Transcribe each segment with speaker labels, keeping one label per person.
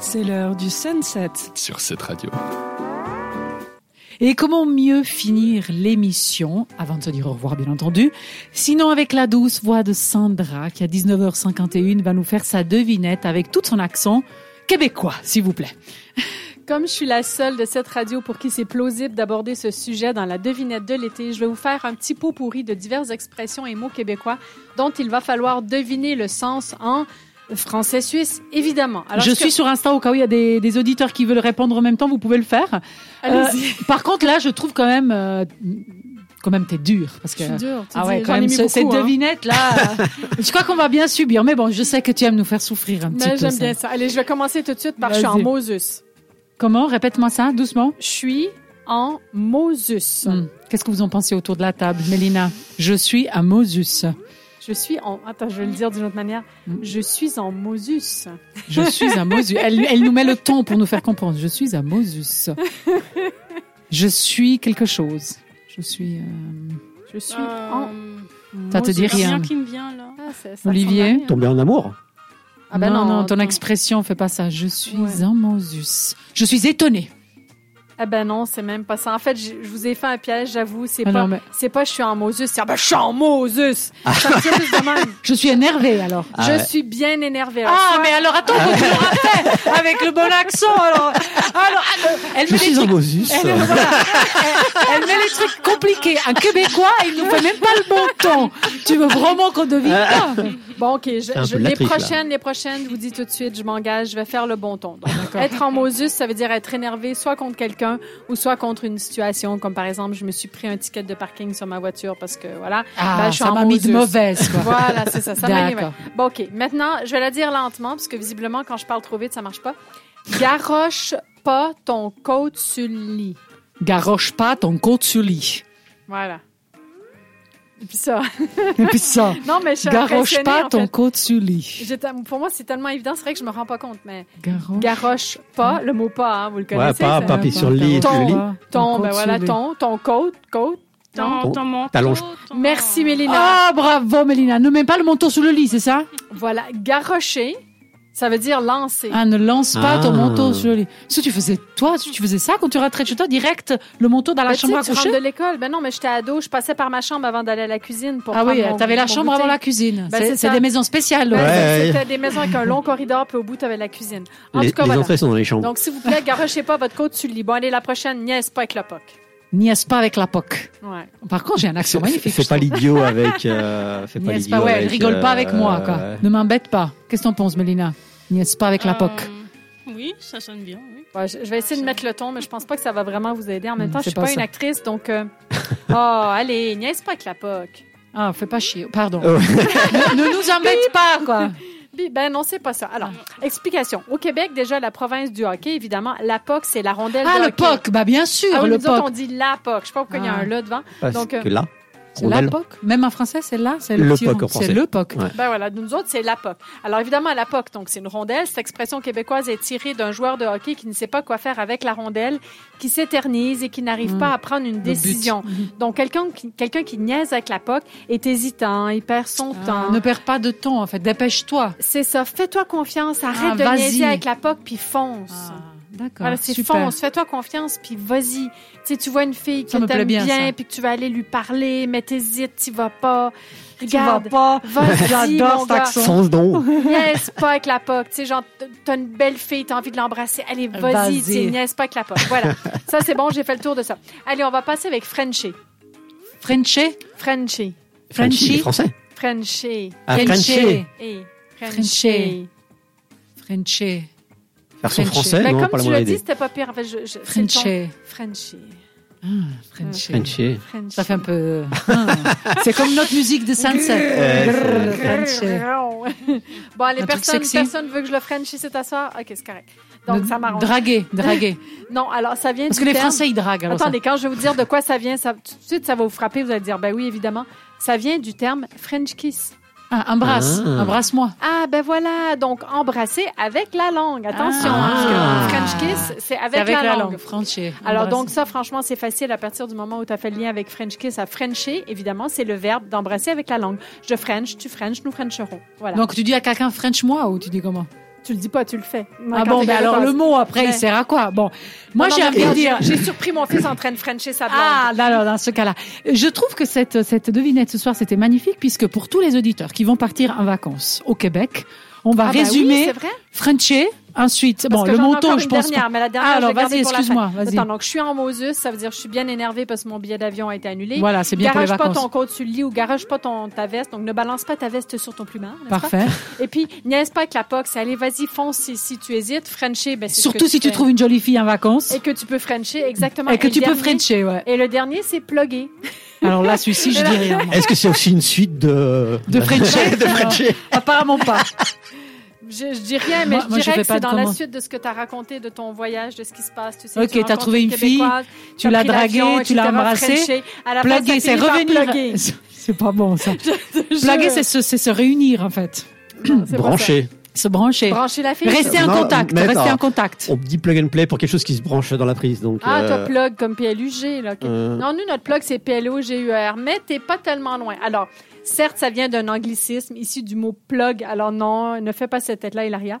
Speaker 1: C'est l'heure du sunset.
Speaker 2: sur cette radio.
Speaker 1: Et comment mieux finir l'émission, avant de se dire au revoir bien entendu, sinon avec la douce voix de Sandra qui à 19h51 va nous faire sa devinette avec tout son accent québécois, s'il vous plaît.
Speaker 3: Comme je suis la seule de cette radio pour qui c'est plausible d'aborder ce sujet dans la devinette de l'été, je vais vous faire un petit pot pourri de diverses expressions et mots québécois dont il va falloir deviner le sens en français-suisse, évidemment.
Speaker 1: je
Speaker 3: ce que-
Speaker 1: suis sur Insta au cas où il y a des, des auditeurs qui veulent répondre en même temps, vous pouvez le faire.
Speaker 3: Allez-y.
Speaker 1: Par contre là, je trouve quand même, euh, quand même t'es dur parce que
Speaker 3: Je suis dure, tu
Speaker 1: ah
Speaker 3: dis,
Speaker 1: ouais,
Speaker 3: j'en
Speaker 1: quand
Speaker 3: ai
Speaker 1: même,
Speaker 3: mis
Speaker 1: ce- cette
Speaker 3: beaucoup, hein.
Speaker 1: devinette là, euh, je crois qu'on va bien subir. Mais bon, je sais que tu aimes nous faire souffrir un petit
Speaker 3: Mais
Speaker 1: peu.
Speaker 3: j'aime
Speaker 1: ça.
Speaker 3: bien ça. Allez, je vais commencer tout de suite par je suis en
Speaker 1: Vas-y.
Speaker 3: Moses.
Speaker 1: Comment Répète-moi ça doucement.
Speaker 3: Je suis en Moses.
Speaker 1: Hmm. Qu'est-ce que vous en pensez autour de la table, Mélina Je suis à Mosus.
Speaker 3: Je suis en. Attends, je vais le dire d'une autre manière.
Speaker 1: Mm.
Speaker 3: Je suis en Moses.
Speaker 1: Je suis à Mosus. Elle, elle nous met le ton pour nous faire comprendre. Je suis à Mosus. Je suis quelque chose. Je suis. euh,
Speaker 3: Je suis en.
Speaker 4: Euh,
Speaker 1: Ça te dit
Speaker 4: j'ai
Speaker 1: rien.
Speaker 4: qui me vient là.
Speaker 3: Ah, ça- ça
Speaker 1: Olivier?
Speaker 3: ressemble à rien.
Speaker 5: Tombé en amour
Speaker 3: Ah ben non,
Speaker 1: ton
Speaker 3: non.
Speaker 1: expression fait pas ça. Je suis
Speaker 3: Ouais.
Speaker 1: en Mosus. Je suis étonnée.
Speaker 3: Ah ben non, c'est même pas ça. En fait, je je vous ai fait un piège, j'avoue. C'est
Speaker 1: Ah
Speaker 3: pas,
Speaker 1: non, mais-
Speaker 3: c'est pas je suis en Moses, c'est ah ben je suis en Moses. Ça me tient plus de même.
Speaker 1: Je suis énervée alors.
Speaker 5: Ah
Speaker 3: je
Speaker 5: ouais.
Speaker 3: suis bien énervée.
Speaker 1: Ah,
Speaker 3: Soit-
Speaker 1: mais alors attends, faut que tu le rappelles avec le bon accent. Alors, alors elle
Speaker 5: Je
Speaker 1: me dit
Speaker 5: suis en Mosus.
Speaker 1: Elle, voilà. Elle- elle met les trucs compliqués. Un Québécois, il nous fait même pas le bon temps. Tu veux vraiment qu'on devine pas
Speaker 3: Bon, ok. je-
Speaker 5: Ah. un
Speaker 3: je-
Speaker 5: peu de la
Speaker 3: les
Speaker 5: triche, là.
Speaker 3: prochaines, les prochaines, je vous dis tout de suite, je m'engage, je vais faire le bon ton. Donc, être en Moses, ça veut dire être énervé soit contre quelqu'un ou soit contre une situation. Comme par exemple, je me suis pris un ticket de parking sur ma voiture parce que voilà.
Speaker 1: Ah,
Speaker 3: Ben, je suis
Speaker 1: ça
Speaker 3: en
Speaker 1: m'a mis de
Speaker 3: Moses.
Speaker 1: mauvaise, quoi.
Speaker 3: Voilà, c'est ça. Ça m'a énervé.
Speaker 1: D'accord.
Speaker 3: Bon, OK. Maintenant, je vais la dire lentement, parce que visiblement, quand je parle trop vite, ça marche pas. Garoche pas ton coat sur le lit.
Speaker 1: Garoche pas ton compte sur le lit.
Speaker 3: Voilà. Et puis ça.
Speaker 1: Et puis ça.
Speaker 3: Non, mais je suis
Speaker 1: Garoche
Speaker 3: impressionnée,
Speaker 1: pas
Speaker 3: en
Speaker 1: ton
Speaker 3: fait.
Speaker 1: compte sur le lit.
Speaker 3: J'étais- Pour moi, c'est tellement évident, c'est vrai que je me rends pas compte, mais
Speaker 1: Garoche.
Speaker 3: garoche pas, le mot pas, hein, vous le
Speaker 5: Ouais,
Speaker 3: connaissez.
Speaker 5: pas,
Speaker 3: ça.
Speaker 5: pas puis sur le lit et tu le
Speaker 1: Ton,
Speaker 5: lis.
Speaker 3: Ton, ben
Speaker 1: compte
Speaker 3: voilà,
Speaker 1: sur le lit.
Speaker 3: ton, ton coat, coat.
Speaker 4: Ton,
Speaker 5: Ton-
Speaker 1: Oh.
Speaker 4: ton manteau.
Speaker 5: t'allonges.
Speaker 4: ton-
Speaker 3: Merci, Mélina.
Speaker 1: Ah, bravo, Mélina. Ne mets pas le manteau sur le lit, c'est ça
Speaker 3: Voilà, garocher, ça veut dire lancer.
Speaker 1: Ah, ne lance pas ton
Speaker 5: Ah.
Speaker 1: manteau sur le lit. Si tu faisais, toi, si tu faisais ça quand tu rentrais de chez toi, direct le manteau dans la
Speaker 3: Ben, tu sais,
Speaker 1: chambre à
Speaker 3: tu rentres
Speaker 1: coucher.
Speaker 3: de l'école. Ben non, mais j'étais ado, je passais par ma chambre avant d'aller à la cuisine pour
Speaker 1: Ah oui,
Speaker 3: prendre mon-
Speaker 1: t'avais la
Speaker 3: mon
Speaker 1: chambre avant
Speaker 3: goûter.
Speaker 1: la cuisine.
Speaker 3: Ben,
Speaker 1: C'est-
Speaker 3: c'est
Speaker 1: c'est
Speaker 3: ça.
Speaker 1: des maisons spéciales.
Speaker 3: Ben,
Speaker 1: ouais.
Speaker 5: Ouais,
Speaker 3: C'était des maisons avec un long corridor, puis au bout, t'avais la cuisine. En
Speaker 5: Les,
Speaker 3: tout cas,
Speaker 5: les
Speaker 3: voilà.
Speaker 5: entrées sont dans les chambres.
Speaker 3: Donc, s'il vous plaît, garochez pas votre côte sur le lit. Bon, allez, la prochaine, niaise pas avec le POC.
Speaker 1: Niaise pas avec la POC.
Speaker 3: Ouais.
Speaker 1: Par contre, j'ai un accent
Speaker 5: Fais-
Speaker 1: magnifique.
Speaker 5: Fais pas l'idiot avec. euh, Fais pas
Speaker 1: Niaise
Speaker 5: l'idiot
Speaker 1: pas, ouais,
Speaker 5: avec,
Speaker 1: elle rigole pas avec
Speaker 5: euh,
Speaker 1: moi, quoi. Ne m'embête pas. Qu'est-ce que t'en penses, Mélina Niaise pas avec la POC.
Speaker 4: Euh, Oui, ça sonne bien. Oui.
Speaker 3: Ouais, je, je vais essayer de mettre le ton, mais je pense pas que ça va vraiment vous aider. En même
Speaker 1: Hmm,
Speaker 3: temps, je
Speaker 1: c'est
Speaker 3: suis
Speaker 1: pas
Speaker 3: pas,
Speaker 1: ça.
Speaker 3: une actrice, donc. euh, Oh, allez, niaise pas avec la POC.
Speaker 1: Ah, fais pas chier. Pardon.
Speaker 5: Oh.
Speaker 1: ne, ne nous embête pas, quoi.
Speaker 3: Bi- Ben non, c'est pas ça. Alors, explication. Au Québec, déjà, la province du hockey, évidemment, la POC, c'est la rondelle
Speaker 1: Ah,
Speaker 3: de
Speaker 1: le
Speaker 3: hockey.
Speaker 1: POC. Bah, bien sûr,
Speaker 3: Ah oui,
Speaker 1: le
Speaker 3: nous autres, on
Speaker 1: POC.
Speaker 3: dit la POC. Je sais pas pourquoi il y a
Speaker 1: Ah.
Speaker 3: un le devant.
Speaker 5: Parce
Speaker 3: Donc, euh,
Speaker 5: que là,
Speaker 1: C'est
Speaker 5: on
Speaker 1: la
Speaker 5: a le-
Speaker 1: POC. Même en français, c'est là. C'est
Speaker 5: Le
Speaker 1: petit
Speaker 5: POC
Speaker 1: rond.
Speaker 5: en
Speaker 1: C'est
Speaker 5: français.
Speaker 1: le POC.
Speaker 5: Ouais.
Speaker 3: Ben voilà, nous autres, c'est la POC. Alors évidemment, la POC, donc c'est une rondelle. Cette expression québécoise est tirée d'un joueur de hockey qui ne sait pas quoi faire avec la rondelle, qui s'éternise et qui n'arrive
Speaker 1: Mm.
Speaker 3: pas à prendre une
Speaker 1: but. Mm-hmm.
Speaker 3: décision. Donc quelqu'un qui, quelqu'un qui niaise avec la POC est hésitant, il perd son
Speaker 1: Ah,
Speaker 3: temps.
Speaker 1: ne perds pas de temps, en fait. Dépêche-toi.
Speaker 3: C'est ça, fais-toi confiance, arrête
Speaker 1: Ah,
Speaker 3: de
Speaker 1: vas-y.
Speaker 3: niaiser avec la POC puis fonce.
Speaker 1: Ah, D'accord.
Speaker 3: Voilà, c'est
Speaker 1: super.
Speaker 3: fonce, fais-toi confiance, puis vas-y. Tu sais, tu vois une fille
Speaker 1: Ça
Speaker 3: que
Speaker 1: me plaît
Speaker 3: t'aimes
Speaker 1: bien,
Speaker 3: bien,
Speaker 1: ça.
Speaker 3: puis que tu vas aller lui parler, mais t'hésites, t'y vas pas.
Speaker 1: Tu vas
Speaker 3: Regarde,
Speaker 1: pas.
Speaker 3: vas-y,
Speaker 1: J'adore
Speaker 3: mon
Speaker 1: cet
Speaker 3: gars.
Speaker 1: accent.
Speaker 5: fonce donc.
Speaker 3: niaise pas avec la POC. Tu sais, genre, t- t'as une belle fille, t'as envie de l'embrasser. Allez, vas-y,
Speaker 1: Vas-y.
Speaker 3: tu sais, niaise pas avec la POC. Voilà. ça, c'est bon, j'ai fait le tour de ça. Allez, on va passer avec Frenchy.
Speaker 1: Frenchy.
Speaker 3: Frenchy.
Speaker 1: Frenchy.
Speaker 5: il est français.
Speaker 3: Frenchy.
Speaker 5: Ah, Frenchy.
Speaker 3: Hey, Ben,
Speaker 1: Frenchy.
Speaker 3: Frenchy.
Speaker 1: Frenchy. Frenchy.
Speaker 5: Version français,
Speaker 3: Ben,
Speaker 5: non, pas
Speaker 3: comme
Speaker 5: la
Speaker 3: tu
Speaker 5: moindre
Speaker 3: l'as dit,
Speaker 5: idée.
Speaker 3: c'était pas pire. Enfin, je- je- c'est le ton.
Speaker 1: Frenchy.
Speaker 3: Frenchy.
Speaker 1: Ah, Frenchy.
Speaker 5: Frenchy.
Speaker 3: Frenchy.
Speaker 1: Ça fait un peu. Ah. c'est comme notre musique de Sunset.
Speaker 5: Euh,
Speaker 1: Frenchy.
Speaker 3: Bon, allez,
Speaker 1: Un truc
Speaker 3: personne,
Speaker 1: sexy.
Speaker 3: personne veut que je le Frenchy, c'est à ça? OK, c'est correct. Donc,
Speaker 1: Ne-
Speaker 3: ça m'arrange.
Speaker 1: Draguer, draguer.
Speaker 3: Non, alors, ça vient
Speaker 1: Parce
Speaker 3: du
Speaker 1: que les
Speaker 3: terme-
Speaker 1: Français, ils draguent. Alors ça-
Speaker 3: Attendez, quand je vais vous dire de quoi ça vient, ça, tout de suite, ça va vous frapper. Vous allez dire, ben oui, évidemment. Ça vient du terme French kiss.
Speaker 1: Ah, embrasse,
Speaker 5: Ah.
Speaker 1: embrasse-moi.
Speaker 3: Ah, ben voilà. Donc, embrasser avec la langue. Attention,
Speaker 1: Ah.
Speaker 3: hein, parce que French kiss, c'est
Speaker 1: C'est
Speaker 3: avec,
Speaker 1: avec
Speaker 3: la,
Speaker 1: la
Speaker 3: langue.
Speaker 1: langue, Frenchy.
Speaker 3: Alors,
Speaker 1: Embrasse.
Speaker 3: donc, ça, franchement, c'est facile à partir du moment où tu as fait le lien avec French kiss à Frencher. Évidemment, c'est le verbe d'embrasser avec la langue. Je French, tu French, nous Frencherons. Voilà.
Speaker 1: Donc, tu dis à quelqu'un French moi ou tu dis comment
Speaker 3: Tu le dis pas, tu le fais.
Speaker 1: Ah bon, ben alors le mot après, il
Speaker 3: Ouais.
Speaker 1: sert à quoi Bon, moi j'ai envie de
Speaker 3: regardé.
Speaker 1: dire.
Speaker 3: J'ai surpris mon fils en train de frencher sa blonde.
Speaker 1: Ah, alors dans ce cas-là, je trouve que cette, cette devinette ce soir, c'était magnifique puisque pour tous les auditeurs qui vont partir en vacances au Québec, on va
Speaker 3: bah oui,
Speaker 1: résumer
Speaker 3: c'est vrai.
Speaker 1: Frenché, ensuite,
Speaker 3: Parce
Speaker 1: bon,
Speaker 3: que
Speaker 1: le
Speaker 3: j'en ai encore
Speaker 1: montant, je
Speaker 3: une
Speaker 1: pense.
Speaker 3: Dernière, mais la
Speaker 1: pas.
Speaker 3: dernière,
Speaker 1: Ah,
Speaker 3: je
Speaker 1: alors
Speaker 3: l'ai gardée
Speaker 1: vas-y,
Speaker 3: pour la fin.
Speaker 1: excuse-moi, vas-y.
Speaker 3: Attends, donc je suis en Moses, ça veut dire je suis bien énervée parce que mon billet d'avion a été annulé.
Speaker 1: Voilà, c'est bien pour les
Speaker 3: garage pas
Speaker 1: vacances.
Speaker 3: ton compte sur le lit ou garage pas ton, ta veste, donc ne balance pas ta veste sur ton plumard. n'est-ce pas?
Speaker 1: Parfait.
Speaker 3: Et puis, niaise pas avec la pox, allez, vas-y, fonce si, si tu hésites. Frencher, ben, c'est ce
Speaker 1: Surtout
Speaker 3: que
Speaker 1: si tu
Speaker 3: fais.
Speaker 1: trouves une jolie fille en vacances
Speaker 3: Et que tu peux Frencher, exactement.
Speaker 1: et que
Speaker 3: le
Speaker 1: tu peux
Speaker 3: dernier-
Speaker 1: Frencher, ouais.
Speaker 3: Et le dernier, c'est plugger.
Speaker 1: Alors là, celui-ci, je dis rien. moi.
Speaker 5: Est-ce que c'est aussi une suite de.
Speaker 1: De Frenchie
Speaker 5: De Frenchie.
Speaker 1: Apparemment pas.
Speaker 3: Je, je dis rien, mais
Speaker 1: Moi-
Speaker 3: je
Speaker 1: moi, je
Speaker 3: dirais
Speaker 1: fais
Speaker 3: que
Speaker 1: pas
Speaker 3: c'est
Speaker 1: de
Speaker 3: dans la
Speaker 1: comment.
Speaker 3: suite de ce que tu as raconté de ton voyage, de ce qui se passe. Tu sais,
Speaker 1: Ok,
Speaker 3: tu
Speaker 1: t'as
Speaker 3: rencontres
Speaker 1: trouvé une fille,
Speaker 3: Québécoise,
Speaker 1: tu
Speaker 3: as
Speaker 1: l'as
Speaker 3: pris l'avion,
Speaker 1: draguée, tu l'as
Speaker 3: etc.,
Speaker 1: embrassée.
Speaker 3: Frenchée. À la fin,
Speaker 1: Plaguer,
Speaker 3: ça
Speaker 1: c'est
Speaker 3: finit par
Speaker 1: revenir.
Speaker 3: plugger.
Speaker 1: C'est pas bon, ça.
Speaker 3: Je-
Speaker 1: Plaguer, c'est se, c'est se réunir, en fait.
Speaker 3: Non, c'est pas
Speaker 5: Branché.
Speaker 1: Se brancher.
Speaker 3: ça. Brancher la fille.
Speaker 1: Rester en
Speaker 5: Non,
Speaker 1: contact.
Speaker 5: mais attends.
Speaker 1: Rester en contact.
Speaker 5: On dit plug and play pour quelque chose qui se branche dans la prise. Donc,
Speaker 3: Ah,
Speaker 5: euh,
Speaker 3: toi, plug comme PLUG.
Speaker 1: Mm.
Speaker 3: Là, ok.
Speaker 5: euh,
Speaker 3: Non, nous, notre plug, c'est PLOGUR, E mais t'es pas tellement loin. Alors, certes, ça vient d'un anglicisme issu du mot plug. Alors, non, ne fais pas cette tête-là, Hilaria.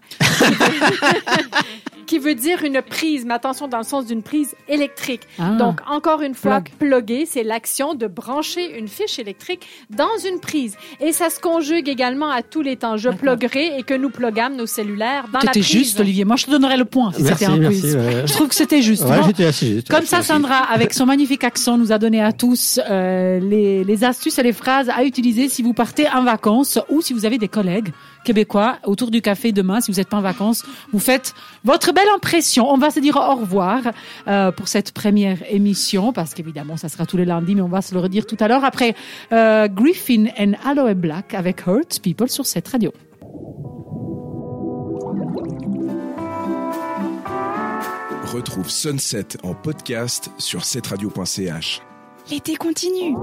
Speaker 3: qui veut dire une prise, mais attention, dans le sens d'une prise électrique.
Speaker 1: Ah.
Speaker 3: Donc, encore une fois,
Speaker 1: Plug.
Speaker 3: plugger, c'est l'action de brancher une fiche électrique dans une prise. Et ça se conjugue également à tous les temps. Je
Speaker 1: D'accord.
Speaker 3: pluguerai et que nous pluguâmes nos cellulaires dans la
Speaker 1: T'étais
Speaker 3: prise.
Speaker 1: juste, Olivier. Moi, je te donnerais le point si
Speaker 5: merci,
Speaker 1: c'était un
Speaker 5: merci.
Speaker 1: quiz.
Speaker 5: ouais.
Speaker 1: Je trouve que c'était juste.
Speaker 5: Ouais,
Speaker 1: Non,
Speaker 5: j'étais assez juste,
Speaker 1: Comme
Speaker 5: ouais,
Speaker 1: ça,
Speaker 5: j'étais
Speaker 1: Sandra, avec son magnifique accent, nous a donné à tous euh, les, les astuces et les phrases à utiliser si vous partez en vacances ou si vous avez des collègues québécois autour du café demain. Si vous n'êtes pas en vacances, vous faites votre belle impression. On va se dire au revoir euh, pour cette première émission parce qu'évidemment, ça sera tous les lundis, mais on va se le redire tout à l'heure après euh, Griffin and Aloe Black avec Hurt People sur cette radio.
Speaker 2: Retrouve Sunset en podcast sur cetteradio.ch.
Speaker 6: L'été continue